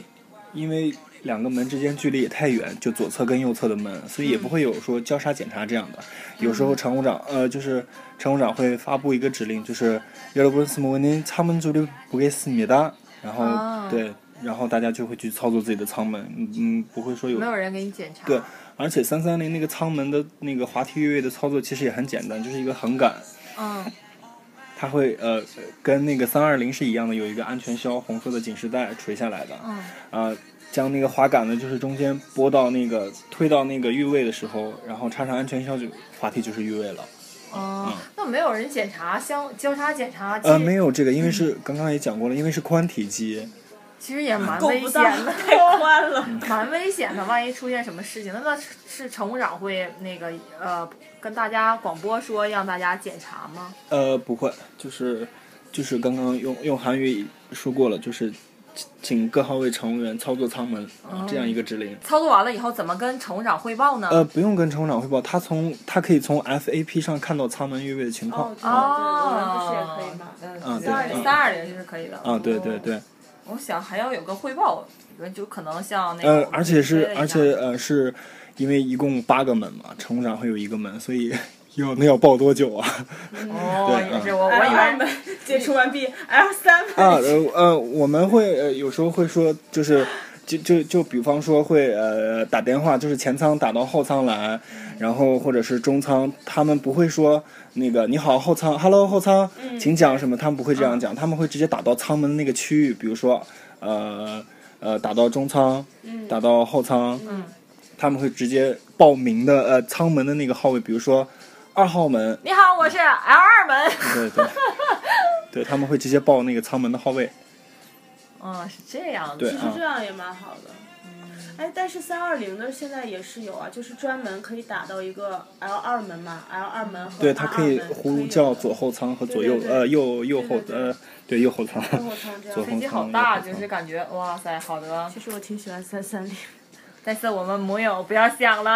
Speaker 3: 因为。两个门之间距离也太远，就左侧跟右侧的门，所以也不会有说交叉检查这样的。有时候常务长呃，就是常务长会发布一个指令，就是여러분스모는창문조리보겠습니다。然后、
Speaker 2: 啊
Speaker 3: 对，然后大家就会去操作自己的舱门，嗯嗯，不会说有
Speaker 2: 没有人给你检查。
Speaker 3: 对，而且三三零那个舱门的那个滑梯越位的操作其实也很简单，就是一个横杆，
Speaker 2: 嗯
Speaker 3: 它会呃跟那个三二零是一样的，有一个安全销红色的警示带垂下来的，啊、
Speaker 2: 嗯
Speaker 3: 将那个滑杆呢就是中间拨到那个推到那个越位的时候，然后插上安全销就滑梯就是越位了。
Speaker 2: 哦、那没有人检查相交叉检查，其实、
Speaker 3: 呃，没有这个，因
Speaker 2: 嗯
Speaker 3: 为是刚刚也讲过了，因为是宽体机，
Speaker 2: 其实也蛮
Speaker 5: 够
Speaker 2: 危
Speaker 5: 不
Speaker 2: 险
Speaker 5: 到
Speaker 2: 的，
Speaker 5: 太宽了。
Speaker 2: 蛮危险的。万一出现什么事情，那那是是乘务长会那个呃跟大家广播说让大家检查吗？
Speaker 3: 呃，不会，就是就是刚刚用用韩语说过了，就是请请各号位乘务员操作舱门啊、
Speaker 2: 哦
Speaker 3: 这样一个指令。
Speaker 2: 操作完了以后怎么跟乘务长汇报呢？
Speaker 3: 呃，不用跟乘务长汇报，他从他可以从 FAP 上看到舱门越位的情况。
Speaker 5: 哦，对，我们不是也可以吗？
Speaker 3: 啊，对，
Speaker 2: 三二零
Speaker 3: 啊
Speaker 2: 三二零是可以的。
Speaker 3: 啊，对对对，
Speaker 2: 我想还要有个汇报，就可能像那个我
Speaker 3: 呃
Speaker 2: 们，
Speaker 3: 而且是
Speaker 2: 飞了一
Speaker 3: 而
Speaker 2: 样
Speaker 3: 且呃是，因为一共八个门嘛，乘务长会有一个门，所以 要那要报多久啊？
Speaker 2: 哦，
Speaker 3: 对
Speaker 2: 也是
Speaker 3: 嗯
Speaker 2: 我我以
Speaker 5: 二
Speaker 2: 为
Speaker 5: 门解除完毕，L 三门
Speaker 3: 啊，呃呃，我们会呃有时候会说，就是就就就比方说会呃打电话，就是前舱打到后舱来，然后或者是中舱，他们不会说那个你好后舱，hello 后舱，请讲什么，他们不会这样讲，他们会直接打到舱门那个区域，比如说呃呃打到中舱，打到后舱，他们会直接报名的呃舱门的那个号位，比如说二号门，
Speaker 2: 你好，我是 L 二门。
Speaker 3: 对 对。对，他们会直接报那个舱门的号位。
Speaker 2: 嗯，是这样
Speaker 3: 对
Speaker 2: 的。
Speaker 5: 其实这样也蛮好的。哎，但是三二零的现在也是有啊，就是专门可以打到一个 L 二门嘛，L 二门和
Speaker 3: 对，它
Speaker 5: R2
Speaker 3: 可以
Speaker 5: 门
Speaker 3: 呼叫左后舱和左右
Speaker 5: 哦对对对
Speaker 3: 呃右右后
Speaker 5: 对对对
Speaker 3: 呃对右后舱，
Speaker 5: 有左后舱这样
Speaker 3: 左后
Speaker 2: 飞机好
Speaker 3: 舱
Speaker 2: 大，啊
Speaker 3: 右后
Speaker 2: 就是
Speaker 3: 舱
Speaker 2: 感觉哇塞，好的。
Speaker 4: 其实我挺喜欢三三零，
Speaker 2: 但是我们母友不要想了，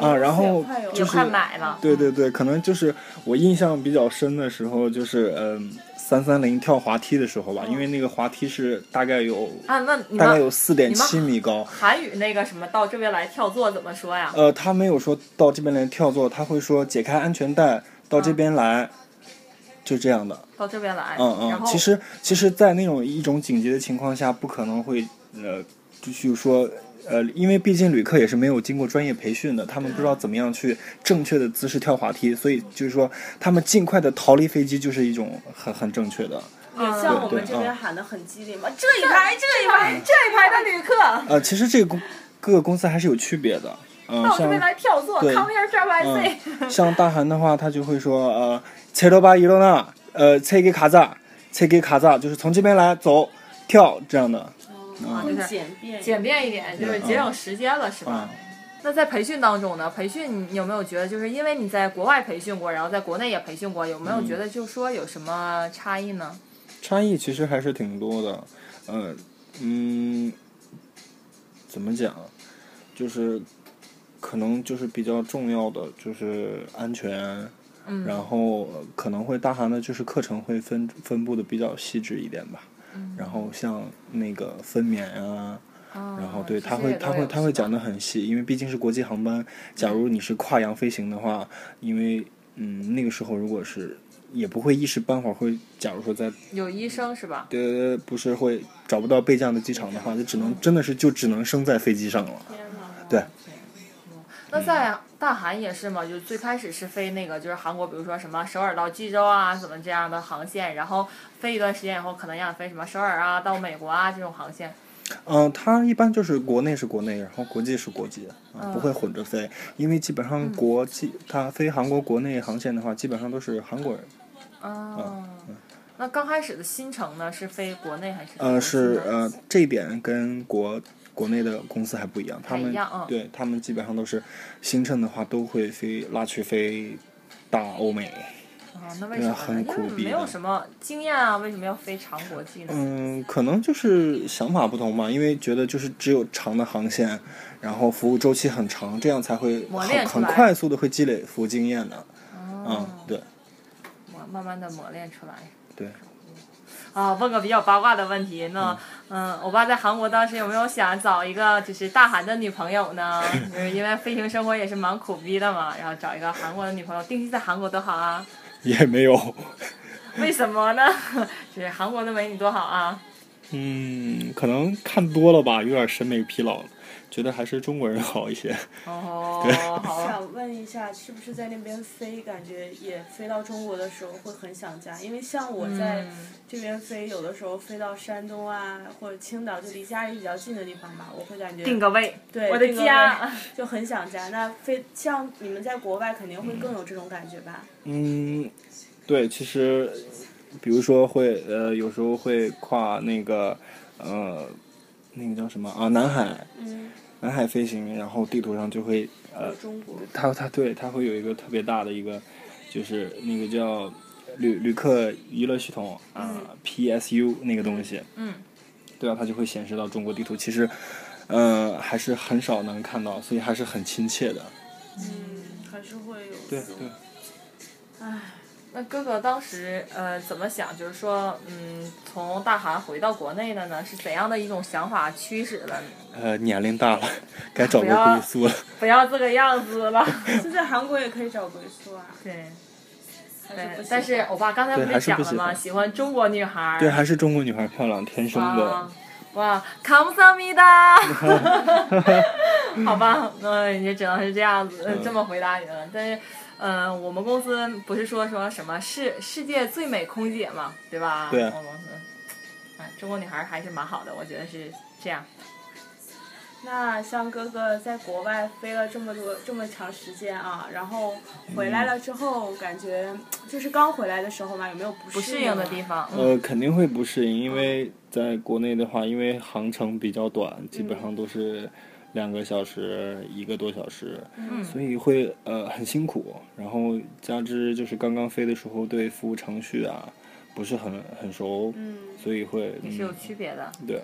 Speaker 3: 啊，然后
Speaker 5: 快有了
Speaker 3: 就
Speaker 2: 也
Speaker 3: 是
Speaker 2: 快买了。
Speaker 3: 对对对，可能就是我印象比较深的时候，就是嗯三三零跳滑梯的时候吧，因为那个滑梯是大概有
Speaker 2: 啊，那你
Speaker 3: 大概有
Speaker 2: 们
Speaker 3: 四点
Speaker 2: 你们
Speaker 3: 七米高，
Speaker 2: 韩语那个什么到这边来跳座怎么说呀？
Speaker 3: 呃，他没有说到这边来跳座，他会说解开安全带到这边来，就这样的。
Speaker 2: 到这边来，
Speaker 3: 嗯
Speaker 2: 然
Speaker 3: 嗯，
Speaker 2: 后
Speaker 3: 其实其实，在那种一种紧急的情况下，不可能会呃，就是说呃，因为毕竟旅客也是没有经过专业培训的，他们不知道怎么样去正确的姿势跳滑梯，所以就是说他们尽快的逃离飞机就是一种很很正确的。
Speaker 2: 嗯
Speaker 5: 也像我们这
Speaker 3: 对
Speaker 5: 边
Speaker 3: 嗯
Speaker 5: 喊的很激烈嘛，这一排这一排，
Speaker 2: 这一排的旅客
Speaker 3: 呃，其实这个公各个公司还是有区别的。嗯、
Speaker 2: 到这边来
Speaker 3: 像
Speaker 2: 跳座
Speaker 3: 对
Speaker 2: ，Come here, drive by C。
Speaker 3: 嗯，像大韩的话，他就会说呃，切罗巴伊罗纳，呃，切给卡扎，切给卡扎，就是从这边来走跳这样的。
Speaker 2: 啊，就
Speaker 5: 更
Speaker 2: 是
Speaker 5: 简便。
Speaker 2: 简便一点，就是节省时间了，是吧
Speaker 3: 嗯？
Speaker 2: 那在培训当中呢，培训你有没有觉得，就是因为你在国外培训过，然后在国内也培训过，有没有
Speaker 3: 嗯
Speaker 2: 觉得就是说有什么差异呢？
Speaker 3: 差异其实还是挺多的，呃，嗯，怎么讲，就是可能就是比较重要的就是安全，
Speaker 2: 嗯
Speaker 3: 然后呃可能会大韩的就是课程会分分布的比较细致一点吧，
Speaker 2: 嗯
Speaker 3: 然后像那个分娩啊，然后对
Speaker 2: 这
Speaker 3: 他
Speaker 2: 些
Speaker 3: 会
Speaker 2: 哦也都
Speaker 3: 他会
Speaker 2: 有嗯
Speaker 3: 他会讲的很细，因为毕竟是国际航班。假如你是跨洋飞行的话，因为嗯那个时候如果是也不会一时半会儿会，假如说在
Speaker 2: 有医生是吧？
Speaker 3: 呃不是会找不到备降的机场的话，就只能真的是就只能生在飞机上了。对，
Speaker 2: 那
Speaker 3: 嗯
Speaker 2: 在大韩也是嘛，就是最开始是飞那个就是韩国，比如说什么首尔到济州啊，怎么这样的航线，然后飞一段时间以后，可能让你飞什么首尔啊到美国啊这种航线。
Speaker 3: 嗯、它一般就是国内是国内，然后国际是国际，啊、不会混着飞，因为基本上国际它飞韩国国内航线的话，基本上都是韩国人。
Speaker 2: 哦，那刚开始的新程呢是飞国内还是？
Speaker 3: 嗯呃，是。呃，这一点跟国国内的公司还不一样，他
Speaker 2: 太一
Speaker 3: 们
Speaker 2: 样嗯
Speaker 3: 对他们基本上都是新乘的话都会飞拉去飞大欧美。
Speaker 2: 啊，那为什么呢？
Speaker 3: 对很苦
Speaker 2: 因为
Speaker 3: 逼
Speaker 2: 没
Speaker 3: 的
Speaker 2: 有什么经验啊，为什么要飞长国际呢？
Speaker 3: 嗯，可能就是想法不同吧，因为觉得就是只有长的航线，然后服务周期很长，这样才会
Speaker 2: 磨
Speaker 3: 很
Speaker 2: 练出
Speaker 3: 很
Speaker 2: 来哦
Speaker 3: 快速的会积累服务经验的。嗯，对
Speaker 2: 我慢慢的磨练出来。
Speaker 3: 对，
Speaker 2: 啊，问个比较八卦的问题，那嗯，欧巴在韩国当时有没有想找一个就是大韩的女朋友呢？就是因为飞行生活也是蛮苦逼的嘛，然后找一个韩国的女朋友，定居在韩国多好啊！
Speaker 3: 也没有。
Speaker 2: 为什么呢？ 就是韩国的美女多好啊！
Speaker 3: 嗯，可能看多了吧，有点审美疲劳了，觉得还是中国人好一些。
Speaker 2: 哦
Speaker 3: 对，
Speaker 5: 想问一下，是不是在那边飞，感觉也飞到中国的时候会很想家？因为像我在
Speaker 2: 嗯
Speaker 5: 这边飞，有的时候飞到山东啊，或者青岛，就离家里比较近的地方吧，我会感觉
Speaker 2: 定个位，
Speaker 5: 对
Speaker 2: 我的
Speaker 5: 定个
Speaker 2: 家
Speaker 5: 位，就很想家。那飞像你们在国外肯定会更有这种感觉吧？
Speaker 3: 嗯，对，其实比如说会呃，有时候会跨那个呃，那个叫什么啊，南海，
Speaker 5: 嗯，
Speaker 3: 南海飞行，然后地图上就会呃，
Speaker 5: 中国
Speaker 3: 它它对它会有一个特别大的一个，就是那个叫旅旅客娱乐系统啊、PSU 那个东西，
Speaker 2: 嗯，
Speaker 3: 对啊，它就会显示到中国地图。其实，呃，还是很少能看到，所以还是很亲切的。
Speaker 5: 嗯，还是会有。
Speaker 3: 对对，
Speaker 5: 唉，
Speaker 2: 那哥哥当时呃怎么想？就是说，嗯，从大韩回到国内的呢，是怎样的一种想法驱使了你？
Speaker 3: 呃，年 龄大了，该找
Speaker 2: 不
Speaker 3: 个
Speaker 2: 要
Speaker 3: 归宿了。
Speaker 2: 不要这个样子了。
Speaker 5: 现在韩国也可以找归宿啊。
Speaker 2: 对。
Speaker 5: 还
Speaker 2: 对
Speaker 5: 不，
Speaker 2: 但是
Speaker 5: 喜欢
Speaker 2: 欧巴刚才
Speaker 3: 对
Speaker 2: 不
Speaker 3: 还是
Speaker 2: 讲
Speaker 3: 不
Speaker 2: 了
Speaker 3: 喜
Speaker 2: 吗？
Speaker 3: 欢
Speaker 2: 喜欢中国女孩儿。
Speaker 3: 对，还是中国女孩漂亮，天生的
Speaker 2: 哇。哇，卡姆萨 米达。 好吧，那也只能是这样子、呃
Speaker 3: 嗯
Speaker 2: 这么回答你了。但是，嗯、我们公司不是说说什么世世界最美空姐嘛，对吧？
Speaker 3: 对
Speaker 2: 我们公司，哎，中国女孩儿还是蛮好的，我觉得是这样。
Speaker 5: 那像哥哥在国外飞了这么多这么长时间啊，然后回来了之后，感觉就是刚回来的时候嘛，有没有不
Speaker 2: 不
Speaker 5: 适
Speaker 2: 适
Speaker 5: 应
Speaker 2: 应
Speaker 5: 啊
Speaker 2: 的地？方，嗯，
Speaker 3: 呃，肯定会不适应，因为在国内的话，因为航程比较
Speaker 2: 嗯
Speaker 3: 短，基本上都是两个小时、一个多小时，
Speaker 2: 嗯
Speaker 3: 所以会呃很辛苦。然后加之就是刚刚飞的时候，对服务程序啊不是很很熟，
Speaker 5: 嗯
Speaker 3: 所以会
Speaker 2: 也是有
Speaker 3: 嗯
Speaker 2: 区别的。
Speaker 3: 对。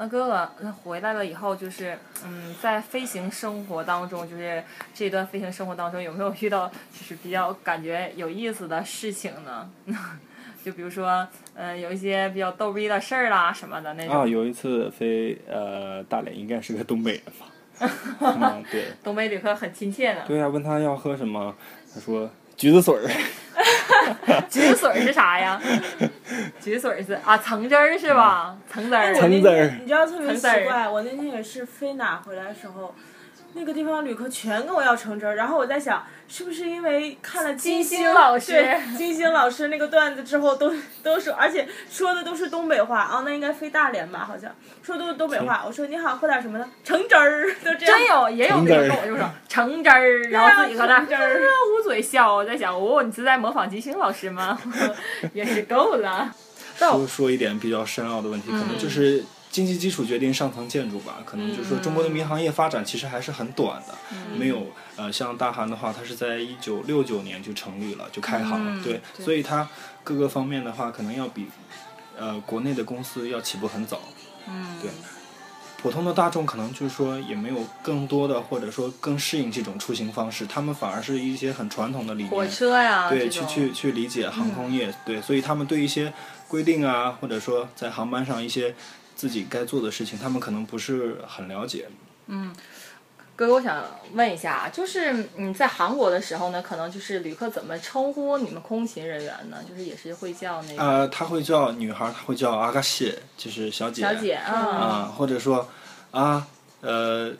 Speaker 2: 那哥哥，那回来了以后，就是嗯，在飞行生活当中，就是这段飞行生活当中，有没有遇到就是比较感觉有意思的事情呢？ 就比如说，嗯、有一些比较逗逼的事儿啦什么的那种。
Speaker 3: 啊，有一次飞呃大连，应该是个东北人吧？ 嗯，对。
Speaker 2: 东北旅客很亲切呢。
Speaker 3: 对呀、啊问他要喝什么，他说橘子水儿。啊
Speaker 2: 橘子水儿是啥呀？橘子水儿是啊，橙汁儿是吧？橙汁儿。
Speaker 5: 哎我那
Speaker 3: 啊橙子儿
Speaker 5: 天你知道特别奇
Speaker 2: 橙子
Speaker 5: 怪，我那天也是飞哪回来的时候，那个地方旅客全跟我要橙汁儿，然后我在想，是不是因为看了金
Speaker 2: 金星老师
Speaker 5: 对金星老师那个段子之后都，都说，而且说的都是东北话啊，那应该飞大连吧，好像说的都是东北话。我说你好，喝点什么呢？橙汁儿，就这样。
Speaker 2: 真有也有那种跟我就说橙汁儿，然后自己搁那儿
Speaker 5: 啊橙汁儿
Speaker 2: 捂嘴笑，我在想，哦，你是在模仿金星老师吗？ 也是够了。
Speaker 3: 说说一点比较深奥的问题，可能
Speaker 2: 嗯
Speaker 3: 就是经济基础决定上层建筑吧。可能就是说中国的民航业发展其实还是很短的，
Speaker 2: 嗯
Speaker 3: 没有呃像大韩的话，它是在一九六九年就成立了，就开航了，
Speaker 2: 嗯
Speaker 3: 对，
Speaker 2: 对
Speaker 3: 所以它各个方面的话，可能要比呃国内的公司要起步很早。
Speaker 2: 嗯
Speaker 3: 对普通的大众可能就是说也没有更多的或者说更适应这种出行方式，他们反而是一些很传统的理念，
Speaker 2: 火车
Speaker 5: 啊
Speaker 2: 呀，这
Speaker 3: 对，去
Speaker 2: 种
Speaker 3: 去去理解航空
Speaker 5: 嗯
Speaker 3: 业，对，所以他们对一些规定啊，或者说在航班上一些自己该做的事情，他们可能不是很了解。
Speaker 2: 哥哥，我想问一下啊，就是你在韩国的时候呢，可能就是旅客怎么称呼你们空勤人员呢？就是也是会叫那个
Speaker 3: 呃，他会叫女孩儿，他会叫阿嘎西，就是小姐，
Speaker 2: 小姐啊，
Speaker 5: 嗯
Speaker 3: 啊、或者说啊呃。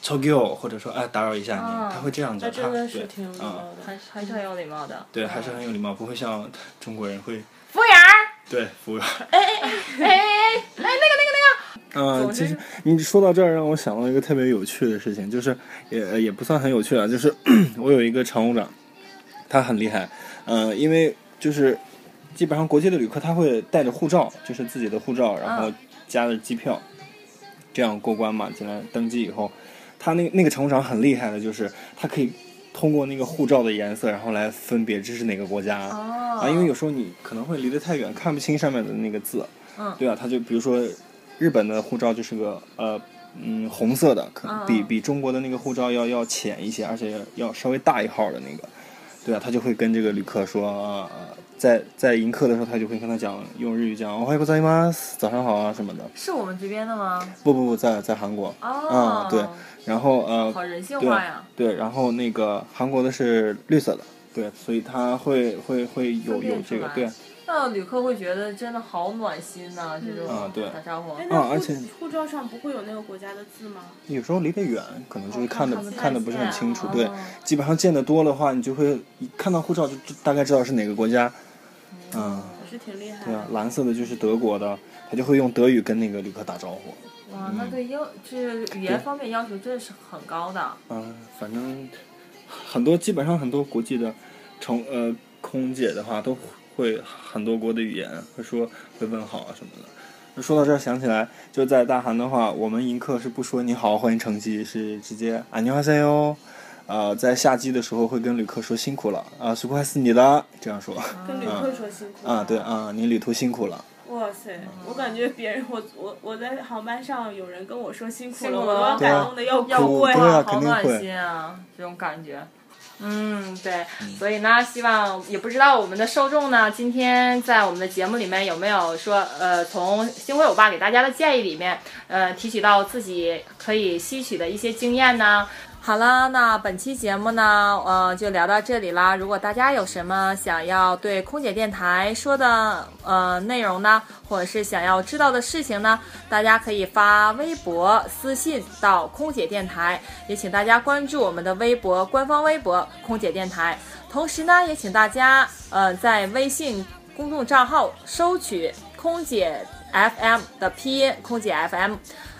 Speaker 3: 抽给我，或者说哎，打扰一下您，
Speaker 2: 啊
Speaker 3: 他会这样叫
Speaker 5: 嗯那
Speaker 3: 他，
Speaker 5: 真的是
Speaker 3: 对
Speaker 5: 挺有礼貌
Speaker 3: 啊，
Speaker 5: 的。
Speaker 2: 还是还是很有礼貌的。
Speaker 3: 对，还是很有礼貌，不会像中国人会
Speaker 2: 服务员儿，
Speaker 3: 对服务员。
Speaker 2: 哎哎哎，那个那个那个，
Speaker 3: 嗯，
Speaker 2: 总之
Speaker 3: 其实你说到这儿，让我想到一个特别有趣的事情，就是也也不算很有趣啊，就是 我有一个常务长，他很厉害，呃，因为就是基本上国际的旅客他会带着护照，就是自己的护照，然后
Speaker 2: 啊
Speaker 3: 加着机票，这样过关嘛，进来登机以后，他那那个常务长很厉害的，就是他可以通过那个护照的颜色，然后来分别这是哪个国家、
Speaker 2: 哦
Speaker 3: 啊，因为有时候你可能会离得太远，看不清上面的那个字，
Speaker 2: 嗯
Speaker 3: 对啊，它就比如说日本的护照就是个呃嗯红色的，可
Speaker 2: 嗯嗯
Speaker 3: 比比中国的那个护照要要浅一些，而且要要稍微大一号的那个，对啊，他就会跟这个旅客说啊。呃在在迎客的时候，他就会跟他讲用日语讲哦“おはようございます”，早上好啊什么的。
Speaker 2: 是我们这边的吗？
Speaker 3: 不不不，在在韩国。
Speaker 2: 哦
Speaker 3: 嗯，对，然后呃，
Speaker 2: 好人性
Speaker 3: 对
Speaker 2: 化呀
Speaker 3: 对，然后那个韩国的是绿色的，对，所以它会会会有
Speaker 2: 分辨
Speaker 3: 有这
Speaker 2: 出
Speaker 3: 个
Speaker 2: 来
Speaker 3: 对。
Speaker 2: 那旅客会觉得真的好暖心呐、这种
Speaker 3: 啊对
Speaker 2: 打招呼。
Speaker 3: 哎那啊而且
Speaker 5: 护照上不会有那个国家的字吗？
Speaker 3: 有时候离得远，可能就是看的、
Speaker 5: 看不太
Speaker 3: 看的不是很清楚。
Speaker 5: 见
Speaker 3: 对
Speaker 5: 哦，
Speaker 3: 基本上见得多的话，你就会一看到护照就就大概知道是哪个国家。嗯，
Speaker 5: 也是挺厉害
Speaker 3: 对啊，蓝色的就是德国的，他就会用德语跟那个旅客打招呼。
Speaker 2: 哇，那对要这语
Speaker 3: 嗯对
Speaker 2: 言方面要求真的是很高的。
Speaker 3: 嗯，反正很多基本上很多国际的乘呃空姐的话都会很多国的语言，会说会问好啊什么的。那说到这儿想起来，就在大韩的话，我们迎客是不说你好，欢迎乘机，是直接안녕하세요。呃，在下机的时候会跟旅客说辛苦了啊，수고했습니다，这样说。
Speaker 5: 跟旅客说辛苦
Speaker 3: 啊啊，对啊，你旅途辛苦了。
Speaker 5: 哇塞，我感觉别人我我我在航班上有人跟我说辛苦
Speaker 2: 辛
Speaker 5: 了，
Speaker 2: 苦
Speaker 5: 我
Speaker 2: 了
Speaker 5: 都
Speaker 3: 对啊
Speaker 5: 感动的要
Speaker 3: 要哭
Speaker 5: 哭
Speaker 3: 对啊
Speaker 5: 呀。
Speaker 2: 好
Speaker 3: 肯定
Speaker 2: 暖
Speaker 3: 会
Speaker 2: 心啊，这种感觉。嗯，对，所以呢，希望也不知道我们的受众呢，今天在我们的节目里面有没有说，呃，从星辉欧巴给大家的建议里面，呃，提取到自己可以吸取的一些经验呢？好了，那本期节目呢，呃，就聊到这里啦。如果大家有什么想要对空姐电台说的呃内容呢，或者是想要知道的事情呢，大家可以发微博私信到空姐电台，也请大家关注我们的微博官方微博“空姐电台”。同时呢，也请大家呃在微信公众账号收取空姐 FM 的拼音“空姐 FM”。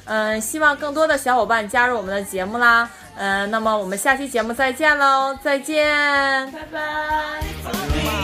Speaker 2: 嗯，希望更多的小伙伴加入我们的节目啦。嗯，那么我们下期节目再见喽，再见，拜拜。
Speaker 1: Bye.